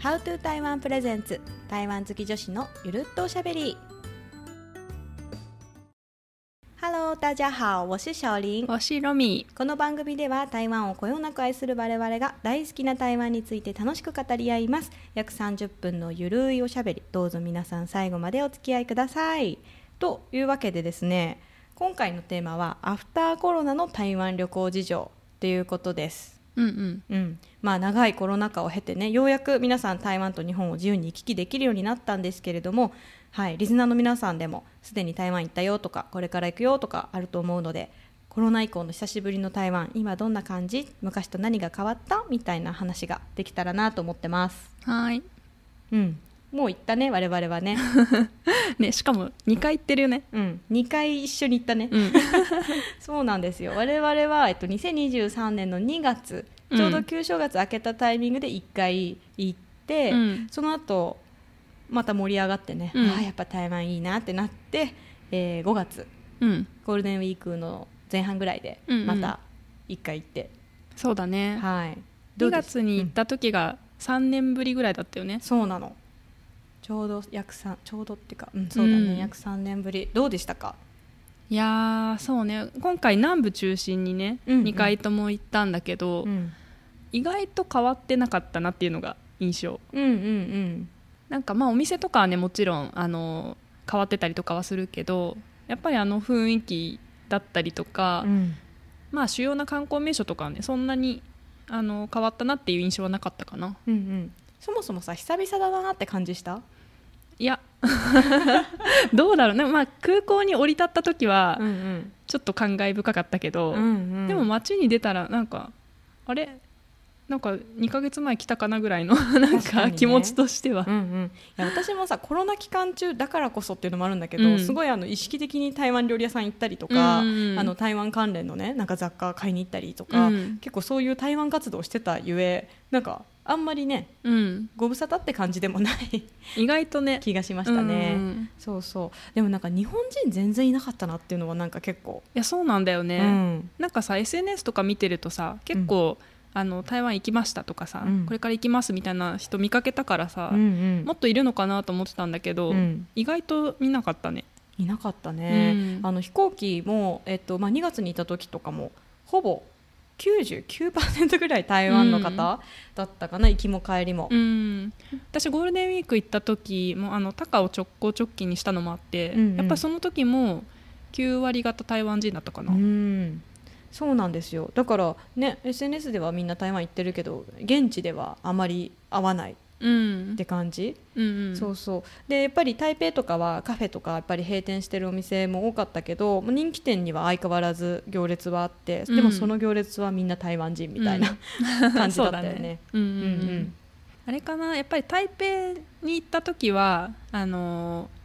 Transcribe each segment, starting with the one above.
How to 台湾プレゼンツ台湾好き女子のゆるっとおしゃべり Hello 大家好我是小林わしロミこの番組では台湾をこよなく愛する我々が大好きな台湾について楽しく語り合います約30分のゆるいおしゃべりどうぞ皆さん最後までお付き合いくださいというわけでですね今回のテーマはアフターコロナの台湾旅行事情っていうことですうんうんうんまあ、長いコロナ禍を経てねようやく皆さん台湾と日本を自由に行き来できるようになったんですけれども、はい、リスナーの皆さんでもすでに台湾行ったよとかこれから行くよとかあると思うのでコロナ以降の久しぶりの台湾今どんな感じ昔と何が変わったみたいな話ができたらなと思ってます。はーいうん、もう行ったね我々はね、ねしかも2回行ってるよねうん、2回一緒に行ったね、うん そうなんですよ我々は、えっと、2023年の2月うんちょうど旧正月明けたタイミングで1回行って、うんその後また盛り上がってね、うんああやっぱ台湾いいなってなって、え5月うんゴールデンウィークの前半ぐらいでうんうんまた1回行って、そうだねはいど2うです月に行った時が3年ぶりぐらいだったよねそうなのちょうど約3ちょうどっていうか、うん、そうだね、うん約3年ぶりどうでしたかいやーそうね今回南部中心にね、うんうん2回とも行ったんだけど、うん意外と変わってなかったなっていうのが印象うんうんなんかまあお店とかはねもちろんあの変わってたりとかはするけどやっぱりあの雰囲気だったりとか、うんうんまあ主要な観光名所とかはねそんなにあの変わったなっていう印象はなかったかなうんうんそもそもさ久々だなって感じしたいや どうだろうね、まあ、空港に降り立った時はんちょっと感慨深かったけど、んでも街に出たらなんかあれなんか2ヶ月前来たかなぐらいの な確んかにかね気持ちとしては、うんうん、いや私もさコロナ期間中だからこそっていうのもあるんだけど、うんすごいあの意識的に台湾料理屋さん行ったりとか、うんうんうんあの台湾関連のねなんか雑貨買いに行ったりとか、うん結構そういう台湾活動をしてたゆえなんかあんまりねうん、ご無沙汰って感じでもない 意外とね気がしましたね、うんうんそうそうでもなんか日本人全然いなかったなっていうのはなんか結構、いやそうなんだよね、うんなんかさ SNS とか見てるとさ結構、あの台湾行きましたとかさ、うんこれから行きますみたいな人見かけたからさ、うんうんもっといるのかなと思ってたんだけど、うん意外と見なかったね。いなかったね、うんあの飛行機も、えっとまあ、2月にいた時とかもほぼ99%ぐらい台湾の方だったかな、行きも帰りもう、ん、私ゴールデンウィーク行った時もあの高を直行直帰にしたのもあって、うんうんやっぱその時も9割方台湾人だったかな、うんそうなんですよだからね SNS ではみんな台湾行ってるけど現地ではあまり会わないうんって感じ、うんうん、そうそうでやっぱり台北とかはカフェとかやっぱり閉店してるお店も多かったけどもう人気店には相変わらず行列はあってでもその行列はみんな台湾人みたいな、感じだったよそうね。うんううんんううんんあれかなやっぱり台北に行った時はあのー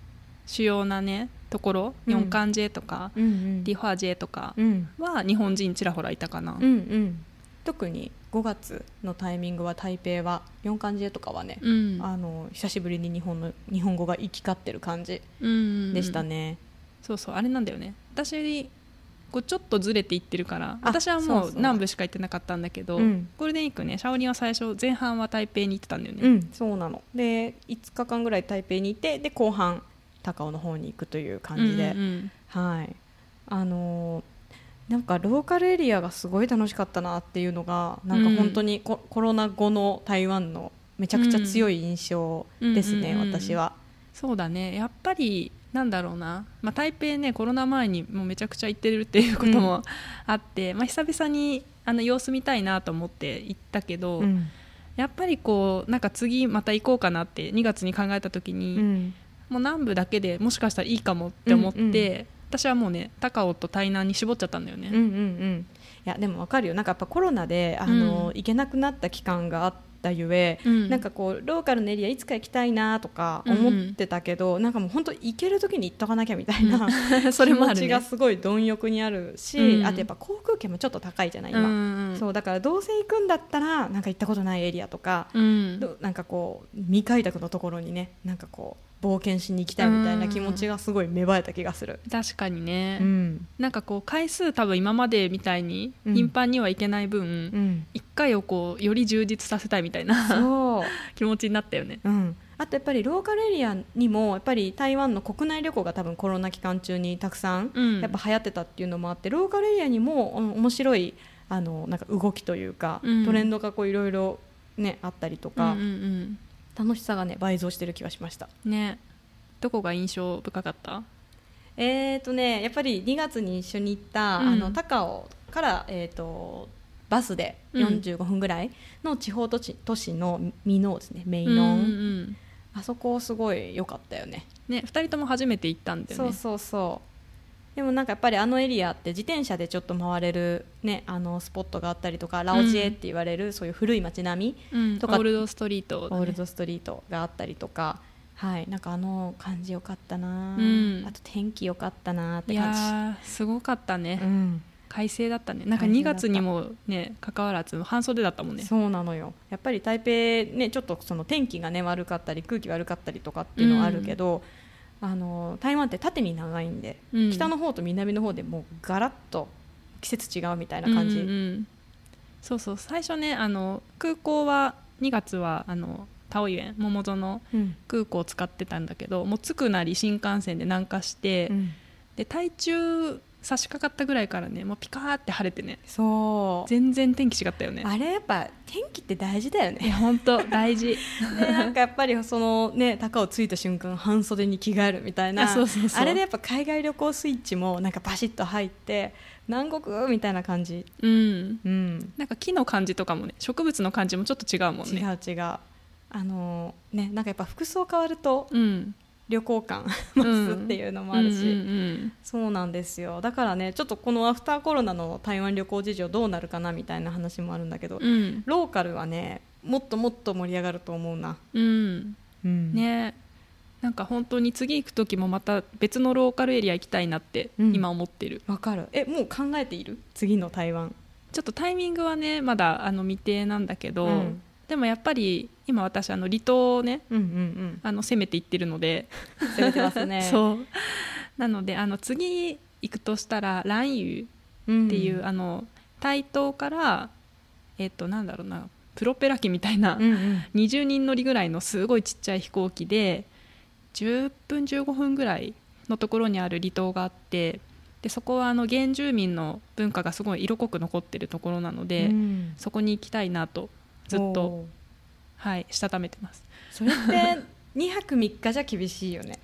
主要なねところうん四冠 J とか、うんうんリファ J とかうんは日本人ちらほらいたかな、うんうん、特に5月のタイミングは台北は4漢字でとかはね、うんあの久しぶりに日本の日本語が行き交ってる感じうんうんうんでしたね。そうそうあれなんだよね私こうちょっとずれていってるからあ私はそうもそうう南部しか行ってなかったんだけどうんゴールデンウィークねシャオリンは最初前半は台北に行ってたんだよね、うん、そうなので5日間ぐらい台北にいてで後半高尾の方に行くという感じで、うんうんはいあのーなんかローカルエリアがすごい楽しかったなっていうのがなんか本当にコ,、コロナ後の台湾のめちゃくちゃ強い印象ですね、うんうんうんうん私は。そうだねやっぱりなんだろうな、まあ、台北ねコロナ前にもうめちゃくちゃ行ってるっていうことうもあって、まあ、久々にあの様子見たいなと思って行ったけど、うんやっぱりこうなんか次また行こうかなって2月に考えた時に、うんもう南部だけでもしかしたらいいかもって思って、うんうん私はもうね高尾と台南に絞っちゃったんだようんうね。んうんいやでもわかるよなんかやっぱコロナであの、うん行けなくなった期間があったゆえ、うんなんかこうローカルのエリアいつか行きたいなとかうんうん思ってたけど、なんかもう本当行ける時に行っとかなきゃみたい な、それもあるね気持ちがすごい貪欲にあるし、うんあとやっぱ航空券もちょっと高いじゃないうん今、うんそうだからどうせ行くんだったらなんか行ったことないエリアとか、うんどなんかこう未開拓のところにねなんかこう冒険しに行きたいみたいな気持ちがすごい芽生えた気がする。確かにね、うんなんかこう回数多分今までみたいにうん頻繁にはいけない分、 うん、 1回をこうより充実させたいみたいなそう 気持ちになったよねうん、あとやっぱりローカルエリアにもやっぱり台湾の国内旅行が多分コロナ期間中にたくさんうんやっぱ流行ってたっていうのもあって、ローカルエリアにもうん面白いあのなんか動きというか、うんトレンドがこういろいろねあったりとか、うんうん楽しさがね倍増してる気がしました。うんねどこが印象深かったえーとねやっぱり2月に一緒に行った、うんあの高尾からえーとバスで45分ぐらいの地方都市都市の美濃ですね、メイノン、うんうんあそこすごい良かったよね。ね、2人とも初めて行ったんだよそねうそうそうでもなんかやっぱりあのエリアって自転車でちょっと回れる、ね、あのスポットがあったりとかラオジエって言われるそういう古い街並み、うん、とかオールドストリートだね、オールドストリートがあったりとか、はい、なんかあの感じよかったな、うんあと天気よかったなってい感じ。やーすごかったね、うん快晴だったねなんか快2晴だった月にもねかかわらず半袖だったもんねそうなのよやっぱり台北、ね、ちょっとその天気が、ね、悪かったり空気悪かったりとかっていうのはあるけど、あの台湾って縦に長いんで、うん北の方と南の方でもうガラッと季節違うみたいな感じ、うんうんうんそうそう最初ねあの空港は2月はあのタオイエン桃園うん空港を使ってたんだけどもう着くなり新幹線で南下して、うんで台中差し掛かったぐらいからねもうピカーって晴れてねそう全然天気違ったよねあれやっぱ天気って大事だよいねや本 当大事ねなんかやっぱりそのね高をついた瞬間半袖に着替えるみたいなあそうそうそうあれでやっぱ海外旅行スイッチもなんかバシッと入って南国みたいな感じ、うんうん、なんか木の感じとかもね植物の感じもちょっと違うもん違ねう違うあのねなんかやっぱ服装変わるとうん旅行感増すっていうのもあるし、うんうんそうなんですよだからねちょっとこのアフターコロナの台湾旅行事情どうなるかなみたいな話もあるんだけど、うんうんローカルはねもっともっと盛り上がると思うな、うんうんねなんか本当に次行く時もまた別のローカルエリア行きたいなってうん今思ってる、わかるえもう考えている次の台湾ちょっとタイミングはねまだあの未定なんだけど、うんでもやっぱり今私あの離島をねうんうんあの攻めていってるので、うん攻めてますね そうなのであの次行くとしたら蘭湯う、っていう、んあの台東からえっ、となんだろうなプロペラ機みたいな、うんうん20人乗りぐらいのすごいちっちゃい飛行機で10分15分ぐらいのところにある離島があってでそこはあの原住民の文化がすごい色濃く残ってるところなので、うんそこに行きたいなとずっと、おーはい、したためてますそれって2泊3日じゃ厳しいよね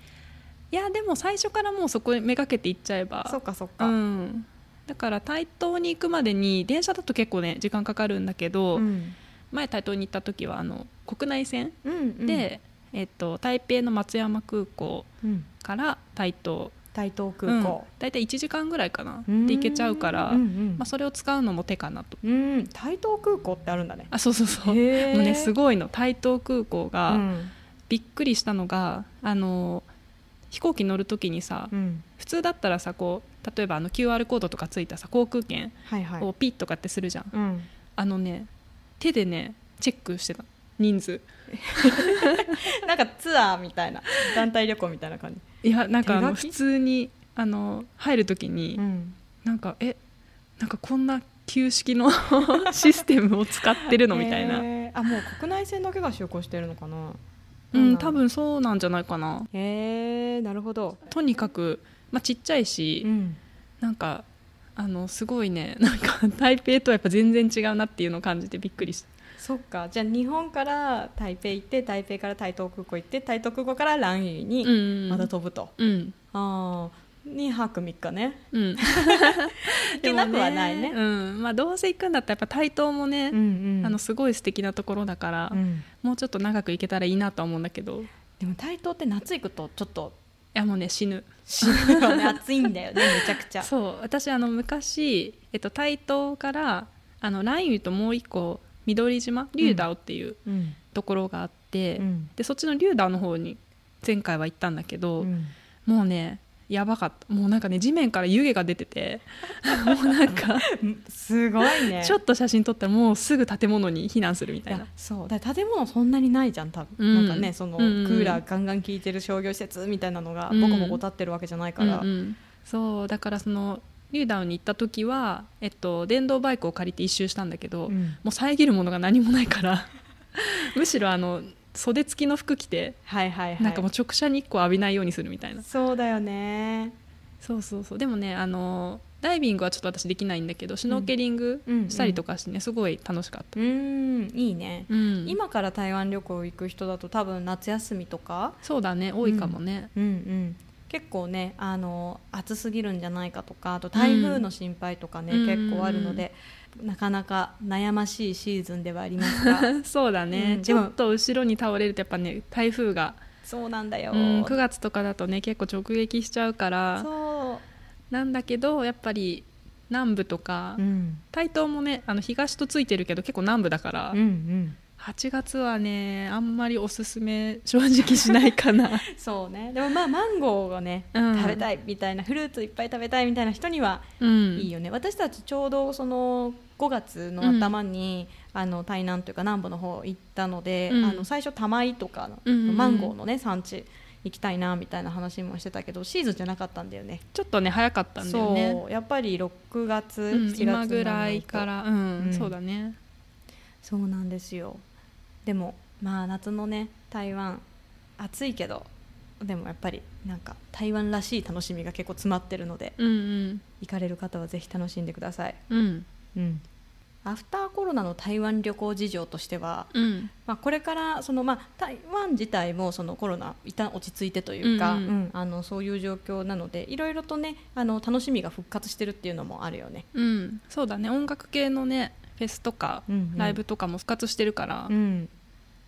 いやでも最初からもうそこめがけて行っちゃえばそっかそっうか、ん、だから台東に行くまでに電車だと結構ね時間かかるんだけど、うん前台東に行った時はあの国内線うんうん、で、えっと台北の松山空港うんから台東台東空港、うん大体1時間ぐらいかなうんで行けちゃうから、うんうんまあ、それを使うのも手かなとうん台東空港ってあるんだねあそうそうそうもへーうねすごいの台東空港が、うんびっくりしたのがあの飛行機乗る時にさ、うん普通だったらさこう例えばあの QR コードとかついたさ航空券はいはいをピッとかってするじゃん、うん、あのね手でねチェックしてた人数なんかツアーみたいな団体旅行みたいな感いやなんかあの手書き普通にあの入る時に、じ、ん、なんかえなんかこんな旧式の システムを使ってるのみたいな、へーあもう国内線だけが就航してるのかなうん多分そうなんじゃないかなへえなるほど、とにかく、まあ、ちっちゃいし、ん、なんかあのすごいねなんか 台北とはやっぱ全然違うなっていうのを感じてびっくりしたそっかじゃあ日本から台北行って台北から台東空港行って台東空港から蘭屿にんまた飛ぶと、うんああ2泊3日ねう ん行けなくはないねでもうんまあ、どうせ行くんだったらやっぱ台東もね、んあのすごい素敵なところだから、うんもうちょっと長く行けたらいいなとは思うんだけどいでも台東って夏行くとちょっとやもうね死ぬ死ぬよね暑いんだよねめちゃくちゃそう私あの昔、えっと、台東からあの蘭屿ともう一個緑島竜島っていううんところがあって、うんでそっちの竜島の方に前回は行ったんだけど、もうねやばかったもうなんかね地面から湯気が出 ててもうなんかすごい ねちょっと写真撮ったらもうすぐ建物に避難するみいたいやなそうだから建物そんなにないじゃん多分、うんなんかねそのうクんうんうんーラーガンガン効いてる商業施設みたいなのがうんボコボコ立ってるわけじゃないから、うんうんそうだからそのリューダウンに行った時は、えっと、電動バイクを借りて一周したんだけど、うんもう遮るものが何もないから むしろあの袖付きの服着てはいはいはいなんかもう直射日光浴びないようにするみたいなそうだよねそうそうそうでもねあのダイビングはちょっと私できないんだけどシュノーケリングうんしたりとかしてね、すごい楽しかった、うんいいね、うん今から台湾旅行行く人だと多分夏休みとかそうだね多いかもね、うんうん結構ねあの暑すぎるんじゃないかとかあと台風の心配とかね、うん結構あるので、なかなか悩ましいシーズンではありますが そうだね、うんちょっと後ろに倒れるとやっぱね台風が、そうなんだよ、うん、9月とかだとね結構直撃しちゃうからそなんだけどやっぱり南部とか、う、うん、台東もねあの東とついてるけど結構南部だから、うんうん8月はねあんまりおすすめ正直しない かなそうねでもまあマンゴーがね、うん食べたいみたいなフルーツいっぱい食べたいみたいな人にはうんいいよね、私たちちょうどその5月の頭に、あの台南というか南部の方行ったので、うんあの最初玉井とかの、うんうんうんマンゴーのね産地行きたいなみたいな話もしてたけどシーズンじゃなかったんだよねちょっとね早かったんだよねそうやっぱり6月、うん7月今ぐらいかになら、うんうんそうだねいとそうなんですよでもまあ夏のね台湾暑いけどでもやっぱりなんか台湾らしい楽しみが結構詰まってるのでうんうん行かれる方はぜひ楽しんでくださいうんうん、アフターコロナの台湾旅行事情としては、うんまあ、これからその、まあ、台湾自体もそのコロナ一旦落ち着いてというか、うんうんうんあのそういう状況なのでいろいろとねあの楽しみが復活してるっていうのもあるよね。うんそうだね音楽系のねフェスとか、うんうんライブとかも復活してるから、うん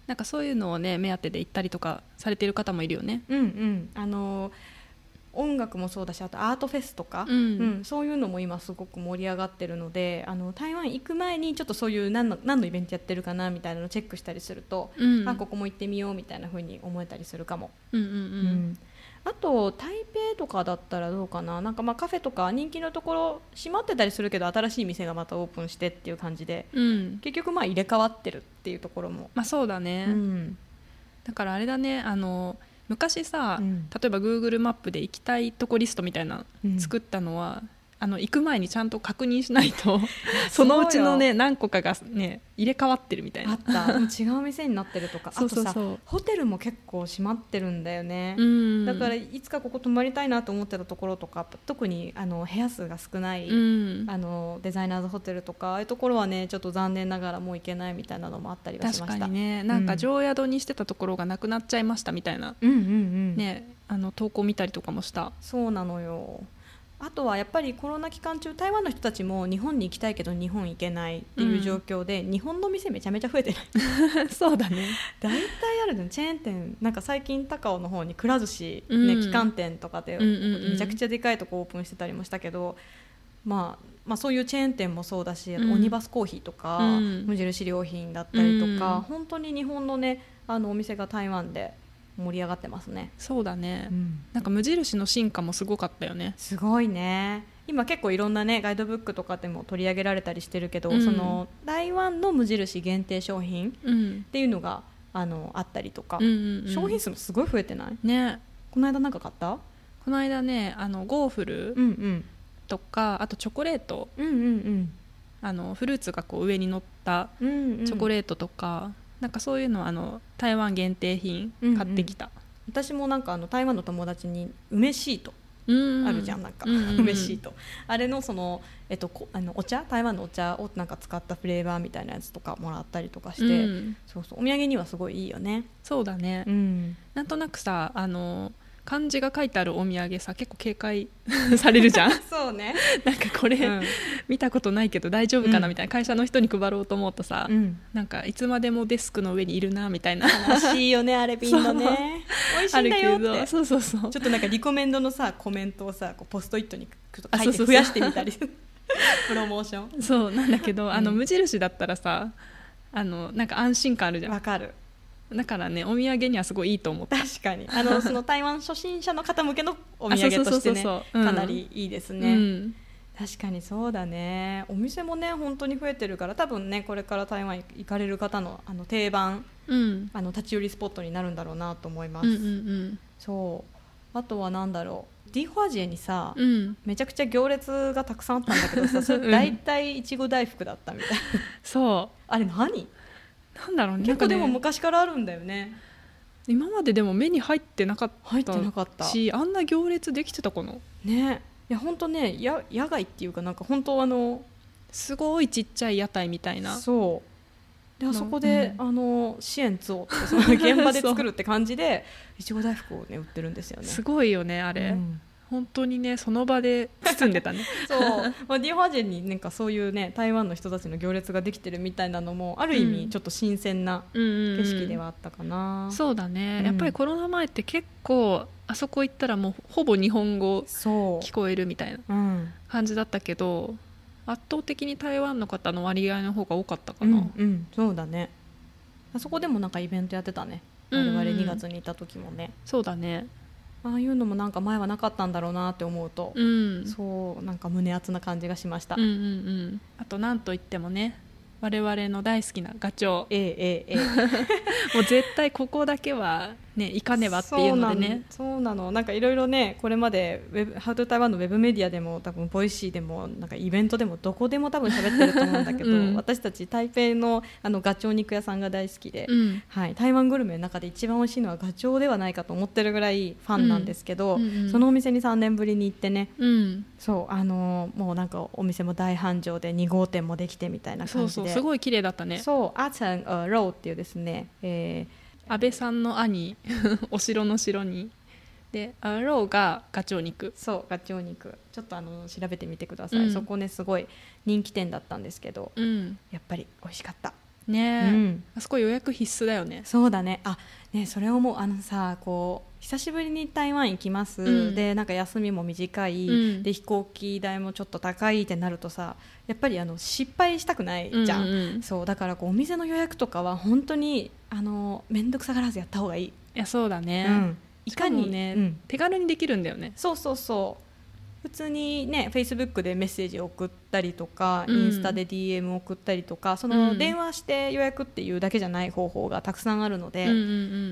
なんかそういうのをね目当てで行ったりとかされてる方もいるよねうんうん、あの音楽もそうだしあとアートフェスとか、うんそういうのも今すごく盛り上がってるのであの台湾行く前にちょっとそういう何の何のイベントやってるかなみたいなのをチェックしたりすると、うんあここも行ってみようみたいな風に思えたりするかも。うんうんうんあと台北とかだったらどうかななんかまあカフェとか人気のところ閉まってたりするけど新しい店がまたオープンしてっていう感じでうん、結局まあ入れ替わってるっていうところも、まあそうだうね、んだからあれだねあの昔さ、うん例えば Google マップで行きたいとこリストみたいなうんの作ったのは、あの行く前にちゃんと確認しない とそのうちのそうね何個かがね入れ替わってるみたいあなったでも違う店になってるとかそうそうそうあとさホテルも結構閉まってるんだよね、うんだからいつかここ泊まりたいなと思ってたところとか特にあの部屋数が少ない、うんあのデザイナーズホテルとかああいうところはねちょっと残念ながらもう行けないみたいなのもあったりはし確まかしたにねなんうかん常宿にしてたところがなくなっちゃいましたみたいな、うんうんうんねあの投稿見たりとか もしたそうなのよあとはやっぱりコロナ期間中台湾の人たちも日本に行きたいけど日本行けないっていう状況で、日本の店めちゃめちゃ増えてない そうだね大体あるのチェーン店なんか最近高尾の方にくら寿司、ねうん旗艦店とかでうんうんうんめちゃくちゃでかいとこオープンしてたりもしたけど、まあ、まあそういうチェーン店もそうだし、あとうんオニバスコーヒーとか、うん無印良品だったりとか、うん本当に日本のねあのお店が台湾で盛り上がってますね。そうだね、うんなんか無印の進化もすごかったよねすごいね今結構いろんなねガイドブックとかでも取り上げられたりしてるけど、うんその台湾の無印限定商品っうん、ていうのがあのあったりとか、うんうんうん商品数もすごい増えてないねこの間なんか買ったこの間ねあのゴーフうルんうんとかあとチョコレートうんうんあのフルーツがこう上に乗ったうんうんうんチョコレートとか、なんかそういうのあの台湾限定品買ってきた、私もなんかあの台湾の友達に梅シートうんあるじゃん、なんか、ううう梅シートあれのその、えっと、こあのお茶台湾のお茶をなんか使ったフレーバーみたいなやつとかもらったりとかして、うんそうそうお土産にはすごいいいよねそうだね、うんなんとなくさあの漢字が書いてあるお土産さ結構警戒 されるじゃんそうねなんかこれ、見たことないけど大丈夫かなうんみたいな、会社の人に配ろうと思うとさ、うん、なんかいつまでもデスクの上にいるなみたいな悲しいよねあれ瓶のね美味しいあんるだけよどってちょそうそうそうっとなんかリコメンドのさコメントをさこうポストイットにあ書いそてうそうそう増やしてみたり プロモーショそうなんだけど、あのうん無印だったらさあのなんか安心感あるじンゃわかるんだからねお土産にはすごいいいと思った確かにあのその台湾初心者の方向けのお土産としてねあそうそうそうそううんかなりいいですね、うん確かにそうだねお店もね本当に増えてるから多分ねこれから台湾行かれる方のあの定番うんあの立ち寄りスポットになるんだろうなと思いまうす、んうんそうあとは何だろうディホアジエにさ、うんうんめちゃくちゃ行列がたくさんあったんだけど さそうれん大体いちご大福だったみたいなそあれ何うなんだろうね結構でもなんかね昔からあるんだよね今まででも目に入ってなかった入ってなかったしあんな行列できてたかなねいや本当ねや野外っていうかなんか本当あのすごいちっちゃい屋台みたいなそうでのあそこで、あの支援ツオってその現場で作るって感じ でいちご大福をね売ってるんですよねすごいよねあれ、うん本当にねその場で包んで たねそう、まあ、ディオアジェンになんかそういうね台湾の人たちの行列ができてるみたいなのもある意う味んちょっと新鮮なうんうんうん景色ではあったかな、そうだね、うんやっぱりコロナ前って結構あそこ行ったらもうほぼ日本語そ聞こえるみたいなう、うん、感じだったけど圧倒的に台湾の方の割合の方が多かったかうんな、うんそうだねあそこでもなんかイベントやってたね我々うんうん2月にいた時もね、そうだねああいうのもなんか前はなかったんだろうなって思うと、うんそうなんか胸熱な感じがしました、うんうんうんあとなんといってもね我々の大好きなガチョウええええええ もう絶対ここだけはね行かねばっていうのでねそうなんそうなのなんかいろいろねこれまでウェブ「ハウト台湾のウェブメディアでも多分ボイシーでもなんかイベントでもどこでも多分喋ってると思うんだけど、うん私たち台北のあのガチョウ肉屋さんが大好きで、うんはい、台湾グルメの中で一番美味しいのはガチョウではないかと思ってるぐらいファンなんですけど、うんうんうんそのお店に3年ぶりに行ってねうんそうあのーもうなんかお店も大繁盛で2号店もできてみたいなそ感うじそうですごい綺麗だったねそうアーチャン・アローっていうですね、え安倍さんの兄 お城の城にでアローがガチョウ肉ーそうガチョウ肉ちょっとあの調べてみてください、うんそこねすごい人気店だったんですけどうんやっぱり美味しかった、ねうえ、ん、あそこ予約必須だよねそうだねあねそれをもうあのさこう久しぶりに台湾行きます、うんでなんか休みも短い、うんで飛行機代もちょっと高いってなるとさやっぱりあの失敗したくないじゃん、うんうんうんいそうだからこうお店の予約とかは本当にあの面倒くさがらずやった方がいい、やそうだね、うんいしかかもにね、うん手軽にできるんだよねそうそうそう普通にねフェイスブックでメッセージ送ったりとか、うんインスタで DM 送ったりとかそうのん電話して予約っていうだけじゃない方法がたくさんあるのうで、んうんう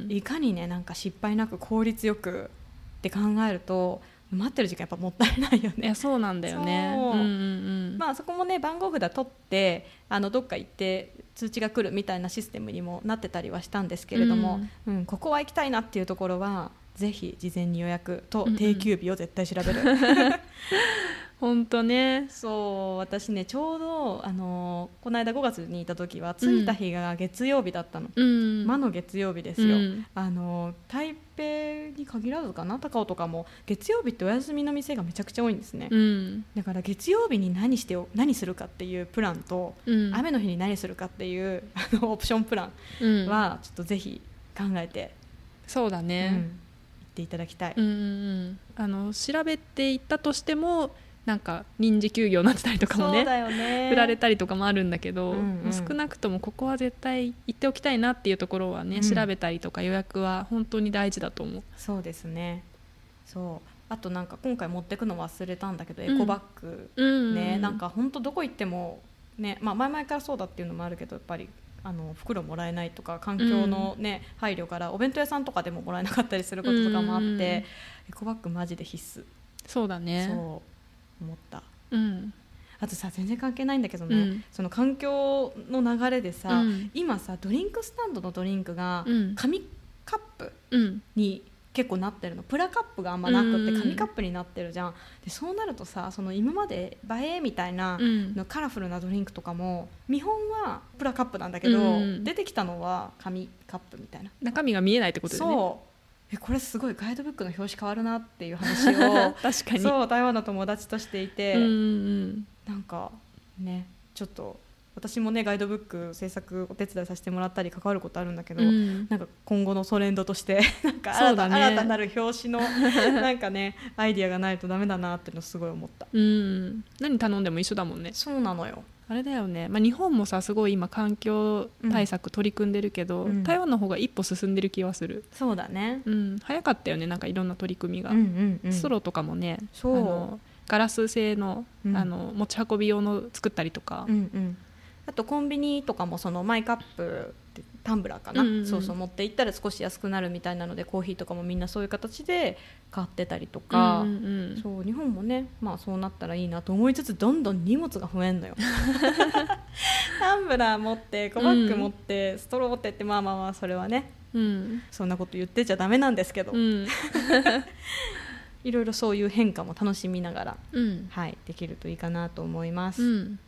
んいかにねなんか失敗なく効率よくって考えると待ってる時間やっぱもったいないよいねやそうなんだよねそううんうんうんまあそこもね番号札取ってあのどっか行って通知が来るみたいなシステムにもなってたりはしたんですけれども、うんここは行きたいなっていうところはぜひ事前に予約と定休日を絶対調べる、ほんとね そう私ねちょうどあのこの間5月にいた時は着いた日が月曜日だったの、うん魔の月曜日ですよ、うんあの台北に限らずかな高尾とかも月曜日ってお休みの店がめちゃくちゃ多いんですね、うんだから月曜日に何してよ何するかっていうプランと、うん雨の日に何するかっていうあのオプションプラうんンはちょっとぜひ考えて、そうだうんね、行っていただきたい、うんうんうんあの調べていったとしてもなんか臨時休業になってたりとかもそうねだよね振られたりとかもあるんだけど、うんうん少なくともここは絶対行っておきたいなっていうところはね、うん調べたりとか予約は本当に大事だと思うそうですねそうあとなんか今回持ってくの忘れたんだけど、うんエコバッグうんね、なんか本当どこ行ってもね、まあ、前々からそうだっていうのもあるけどやっぱりあの袋もらえないとか環境の、ね配慮からお弁当屋さんとかでももらえなかったりすることとかもあって、うんエコバッグマジで必須、そうだねそう思ったうんあとさ全然関係ないんだけどね、うんその環境の流れでさ、うん今さドリンクスタンドのドリンクがうん紙カップうんに結構なってるのプラカップがあんまなくうてん紙カップになってるじゃんでそうなるとさその今まで映えみたいなうんのカラフルなドリンクとかも見本はプラカップなんだけど、うん出てきたのは紙カップみたいな、中身が見えないってことでねそうえこれすごいガイドブックの表紙変わるなっていう話を 確かにそう台湾の友達としていて、うんうんなんかねちょっと私もねガイドブック制作お手伝いさせてもらったり関わることあるんだけど、うんうんなんか今後のトレンドとして なんかそ新うた,、だね新たなる表 紙のなんかねアイディアがないとダメだなっていうのすごい思ったうん何頼んでも一緒だもんねそうなのよあれだよね、まあ、日本もさすごい今環境対策取り組んでるけど、うん台湾の方が一歩進んでる気はする、そうだねうん、早かったよねなんかいろんな取り組みが、うんうんうんストローとかもねあそうのガラス製の,、うんあの持ち運び用の作ったりとか、うんうん、あとコンビニとかもそのマイカップってタンブラーかな、うんうんそうそう持って行ったら少し安くなるみたいなのでコーヒーとかもみんなそういう形で買ってたりとか、うんうんうんそう日本もね、まあ、そうなったらいいなと思いつつどんどん荷物が増えん のよタンブラー持って小バッグ持って、ストローってってまあまあまあそれはねうんそんなこと言ってちゃダメなんですけど、うんいろいろそういう変化も楽しみながら、 うんはい、できるといいかなと思います、うん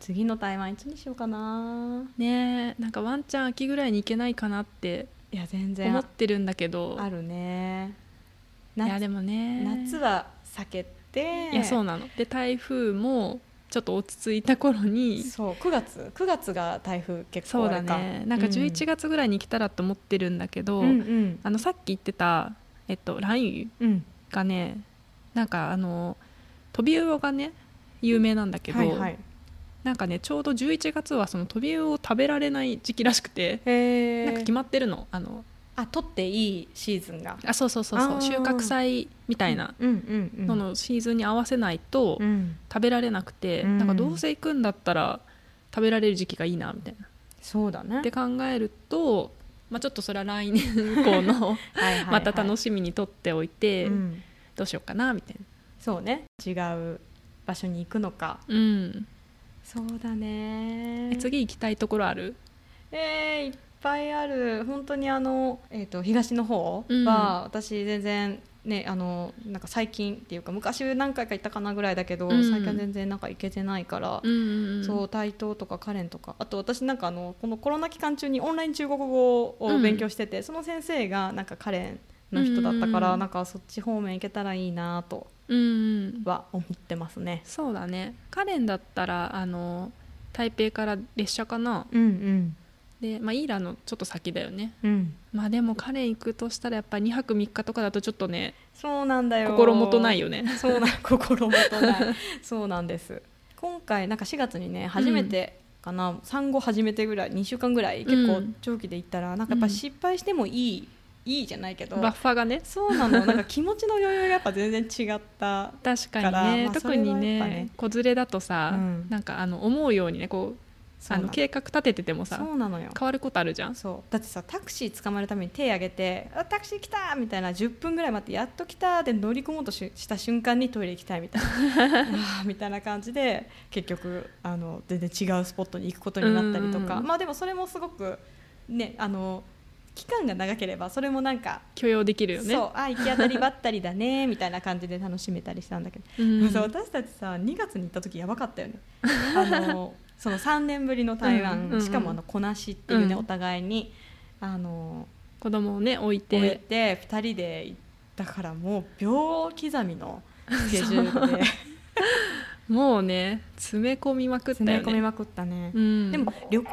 次の台湾いつにしようかなねえなんかワンちゃん秋ぐらいに行けないかなっていや全然思ってるんだけどあるねいや夏でもね夏は避けていやそうなので台風もちょっと落ち着いた頃にそう9月9月が台風結そ構うあだれかねなんか11月ぐらいに来たらと思ってるんだけど、うんうんあのさっき言ってた、えっと、ランユうんがねなんかあのトビウオがね有名なんだけど、はいはいなんかねちょうど11月はそのトビウオを食べられない時期らしくて、へなんかえ決まってるのあのあ取っていいシーズンがみあそうそうそうそあうー収穫祭みたいなうんうんうんののシーズンに合わせないとうん食べられなくて、うんなんかどうせ行くんだったら食べられる時期がいいなみたいな。そうだねって考えると、まあ、ちょっとそれは来年以降の はいはいはいまた楽しみにとっておいて、うんどうしようかなみたいな。そうね違う場所に行くのかうん、そうだねえ次行きたいところあるえーいっぱいある本当にあの、えー、と東の方うんは私全然、ねあのなんか最近っていうか昔何回か行ったかなぐらいだけど、うん最近は全然なんか行けてないから、そう台東とかカレンとかあと私なんかあのこのコロナ期間中にオンライン中国語を勉強してて、その先生がなんかカレンの人だったかうんうんら、うんなんかそっち方面行けたらいいなとうんうんは思ってますね。そうだねカレンだったらあの台北から列車かなうんで、まあ、イーラのちょっと先だよねうんうん、まあでもカレン行くとしたらやっぱ2泊3日とかだとちょっとねそうなんだよ心もとないよねそう なん心もとないそうなんです今回なんか4月にね初めてかな、産後初めてぐらい2週間ぐらい結う構ん長期で行ったら、なんかやっぱ失敗してもいい、いいじゃないけどバッファがねそうな のなんか気持ちの余裕がやっぱ全然違った確かにからまね、あ特にねそれはやっぱね子連れだとさ、うんなんかあの思うようにねこうそうあなのの計画立てててもさそうなのよ変わることあるじゃんそうだってさタクシー捕まるために手挙げて「あタクシー来た!」みたいな10分ぐらい待って「やっと来た!」で乗り込もうとしした瞬間にトイレ行きたいみたい なうわーみたいな感じで結局あの全然違うスポットに行くことになったりとうんうんかうんまあでもそれもすごくねあの期間が長ければそれもなんか、許容できるよねそうあ行き当たりばったりだ ねみたいな感じで楽しめたりしたんだけど、うんそう私たちさ2月に行った時やばかったよねあ のその3年ぶりの台湾、うんうんうんしかもあのこなしっていうね、うんお互いにあの子供をね置いて置いて2人で行ったからもう秒刻みのスケジュー ルでもうね詰め込みまくったよ詰ねめ込みまくったね、うん、でも旅行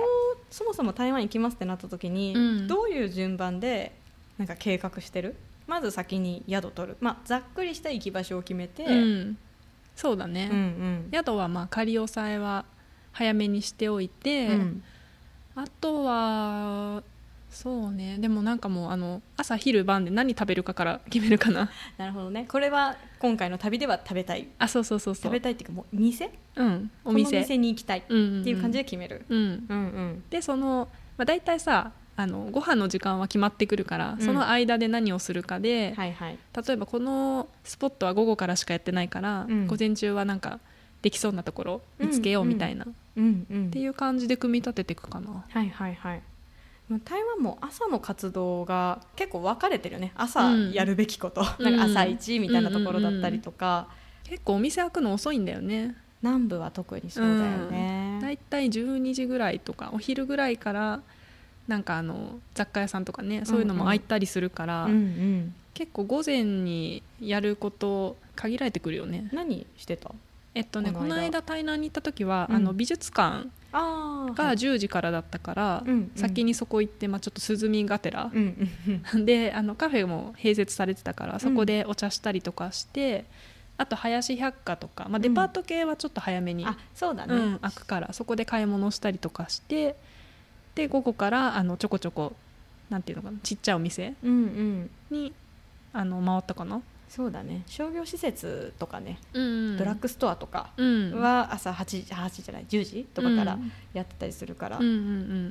そもそも台湾行きますってなった時に、うんどういう順番でなんか計画してるまず先に宿取る、まあ、ざっくりした行き場所を決めて、うん、そうだね、うんうん宿はまあ仮押さえは早めにしておいて、うんあとはそうねでもなんかもうあの朝昼晩で何食べるかから決めるかななるほどねこれは今回の旅では食べたいあそうそうそうそう食べたいっていうかもう店うん、おこ店の店に行きたいっうんうんうんていう感じで決める、うん、うんうんでその、まあ、大体さあのご飯の時間は決まってくるから、んその間で何をするかで、はいはい例えばこのスポットは午後からしかやってないから、うん午前中はなんかできそうなところ見つけようみたいな、っうんうんっていう感じで組み立てていくかな。はいはいはいまあ台湾も朝の活動が結構分かれてるよね朝うんやるべきこと、うんなんか朝一みたいなところだったりとか、結構お店開くの遅いんだよね南部は特にそうだよね、大体12時ぐらいとかお昼ぐらいからなんかあの雑貨屋さんとかねそういうのも開いたりするから、うんうん、結構午前にやること限られてくるよね何してたえっとねここのの間間台南に行った時は、うんあの美術館あーはがい10時からだったから、うんうん先にそこ行って、まあ、ちょっと涼みがてらう、んうん であのカフェも併設されてたからそこでお茶したりとかして、あと林百貨とか、まあ、デパート系はちょっと早めに、あそうだね、うん開くからそこで買い物をしたりとかしてで午後からあのちょこちょこなんていうのかなちっちゃいお店うんうんにあの回ったかな、そうだね商業施設とかね、ドドララッッググストアとかうんは朝8時8時じゃない10時とかからやってたりするから、うんうんう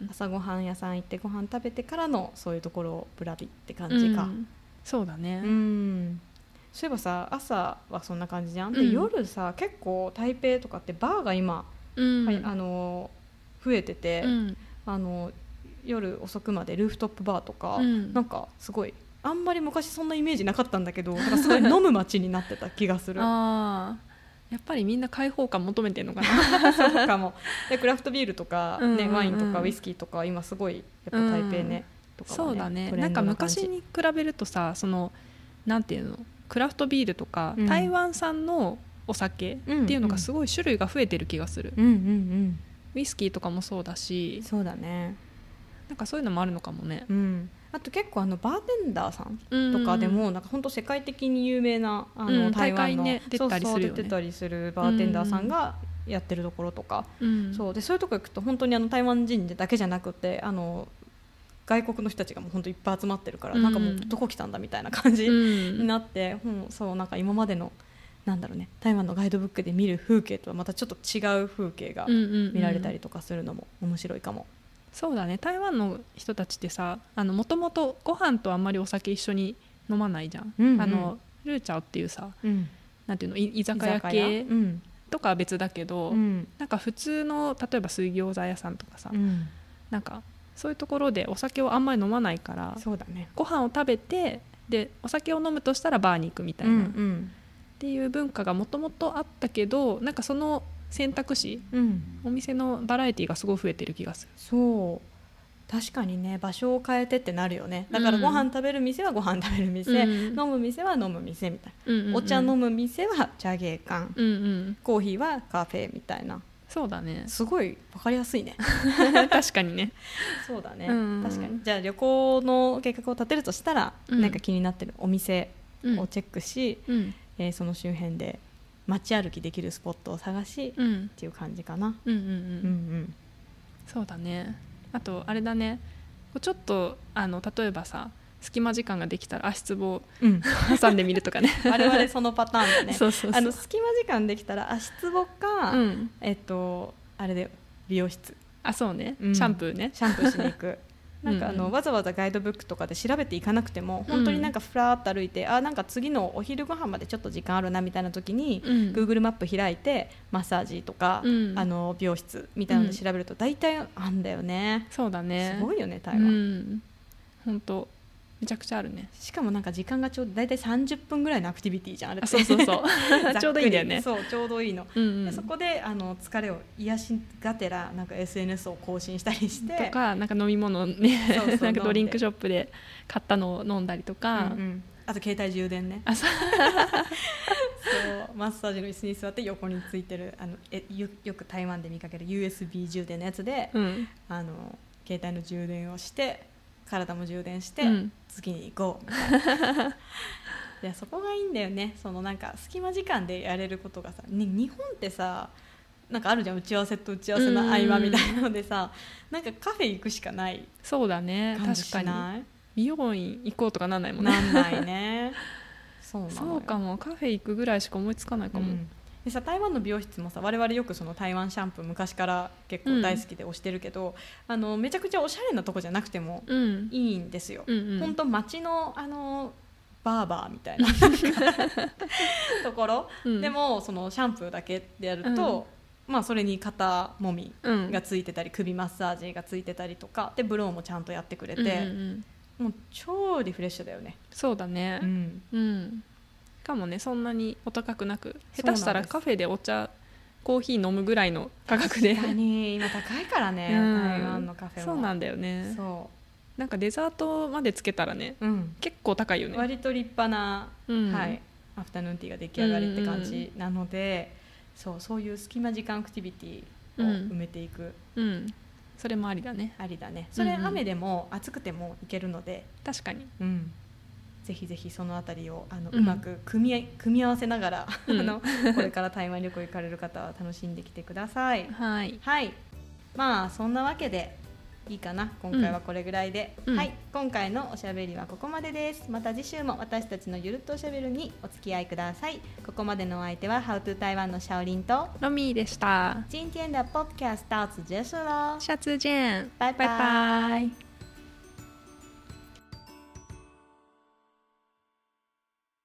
ん朝ごはん屋さん行ってご飯食べてからのそういうところをぶらびって感じか、うんそうだね、うんそういえばさ朝はそんな感じじゃん、でうん夜さ結構台北とかってバーが今、うんはいあの増えてて、うんあの夜遅くまでルーフトップバーとか、うんなんかすごいあんまり昔そんなイメージなかったんだけどなんかすごい飲む街になってた気が するあーやっぱりみんな開放感求めてるの かなそうか もでクラフトビールとか、ねうんうんうんワインとかウイスキーとか今すごいやっぱ台北ね、とかそはうだねトレなんンかド感じ昔に比べるとさそのなんていうのクラフトビールとか、うん台湾産のお酒っていうのがすごい種類が増えてる気がする、うんうんうんウイスキーとかもそうだしそうだねなんかそういうのもあるのかもねうんあと結構あのバーテンダーさんととかでもなんか本当世界的に有名なあの、うん台湾の、大会ね出てたりするよそねうそう出てたりするバーテンダーさんがやってるところとか、そうでそういうとこ行くと本当にあの台湾人だけじゃなくてあの外国の人たちがもう本当いっぱい集まってるから、うんなんかもうどこ来たんだみたいな感じうんになって、うんそうなんか今までのなんだろうね台湾のガイドブックで見る風景とはまたちょっと違う風景がうんうんうん見られたりとかするのも面白いかも。そうだね台湾の人たちってさもともとご飯とあんまりお酒一緒に飲まないじゃん、うんうんあのルーチャオっていうさうん、なんていうのい居酒屋居系酒屋うんとかは別だけど、うんなんか普通の例えば水餃子屋さんとかさ、うん、なんかそういうところでお酒をあんまり飲まないからそうだね。ご飯を食べてでお酒を飲むとしたらバーに行くみたいな、うんっうんていう文化がもともとあったけどなんかその選択肢うん、お店のバラエティがすごい増えてる気がする。そう確かにね場所を変えてってなるよねだからうんご飯食べる店はご飯食べる店、うん飲む店は飲む店みたいうんうんな、うんお茶飲む店は茶芸館うんうんコーヒーはカフェみたいなそうだ ねすごい分かりやすいね確かにねそうだね、うん確かにじゃあ旅行の計画を立てるとしたら、うんなんか気になってるお店うんをチェックし、うんえーその周辺で街歩きできるスポットを探し、っうんていう感じかな、うんうんううんうんん、そうだねあとあれだねこうちょっとあの例えばさ隙間時間ができたら足つぼを うん挟んでみると かね我々そのパターンだねそうそうそうあの隙間時間できたら足つぼか、うん、えっとあれで美容室あそうね、うんシャンプーねシャンプーしに行くうなんんかあのわざわざガイドブックとかで調べていかなくても本当になんかふらーっと歩いて、あなんか次のお昼ご飯までちょっと時間あるなみたいな時に、うん Google マップ開いてマッサージとか、うんあの美容室みたいなので調べると大体あんだよね、そうだねすごいいよね台う湾、ん本当めちゃくちゃあるねしかもなんか時間がちょうど大体30分ぐらいのアクティビティじゃんあれってあそうそうそうざっく りちょうどいいんだよねそうちょうどいいのうんうでんそこであの疲れを癒しがてらなんか SNS を更新したりしてとかなんか飲み物をねそうそう なんかドリンクショッョップで買ったのを飲んだりとか、あと携帯充電ねあそうそうマッサージの椅子に座って横についてるあのえよよく台湾で見かける USB 充電のやつで、うんあの携帯の充電をして体も充電して、うん次に行こうみたい ないやそこがいいんだよねそのなんか隙間時間でやれることがさ、ね、日本ってさなんかあるじゃん打ち合わせと打ち合わせの合間みたいなのでさなんかカフェ行くしかないそうだね感じ確しかにない美容院行こうとかなんないもんねなんないねそうなのよ そうかもカフェ行くぐらいしか思いつかないかうも、んでさ台湾の美容室もさ我々よくその台湾シャンプー昔から結構大好きで推してるけど、あのめちゃくちゃおしゃれなとこじゃなくてもうんいいんですよ、うんうんほんと街のあのバーバーみ たいななんかところ、うんでもそのシャンプーだけでやると、まあ、それに肩もみうんがついてたり首マッサージがついてたりとかでブローもちゃんとやってくれて、うんうんうんもう超リフレッシュだよね、そうだねうんうん、しかもねそんなにお高くなくそうなんで下手すしたらカフェでお茶コーヒー飲むぐらいの価格で確かに今高いからね、うん台湾のカフェもそうなんだよねそなんかデザートまでつけたらねう、うん、結構高いよね、割と立派な、うんはい、アフタヌーンティーが出来上がりって感じなので、そうそういう隙間時間アクティビティを埋めていく、うん、それもありだねありだねそれ、うんうん雨でも暑くてもいけるので、確かにうん、ぜひぜひそのあたりをあの、ううんまく組み合い組み合わせながら、うんあのこれから台湾旅行行かれる方は楽しんできてください。はいはいまあそんなわけでいいかな今回はこれぐらいで、うんはい今回のおしゃべりはここまでですまた次週も私たちのゆるっとおしゃべりにお付き合いくださいここまでのお相手は How to 台湾のシャオリンとロミーでした今天的 Podcast 到此结束喽下次见拜拜拜拜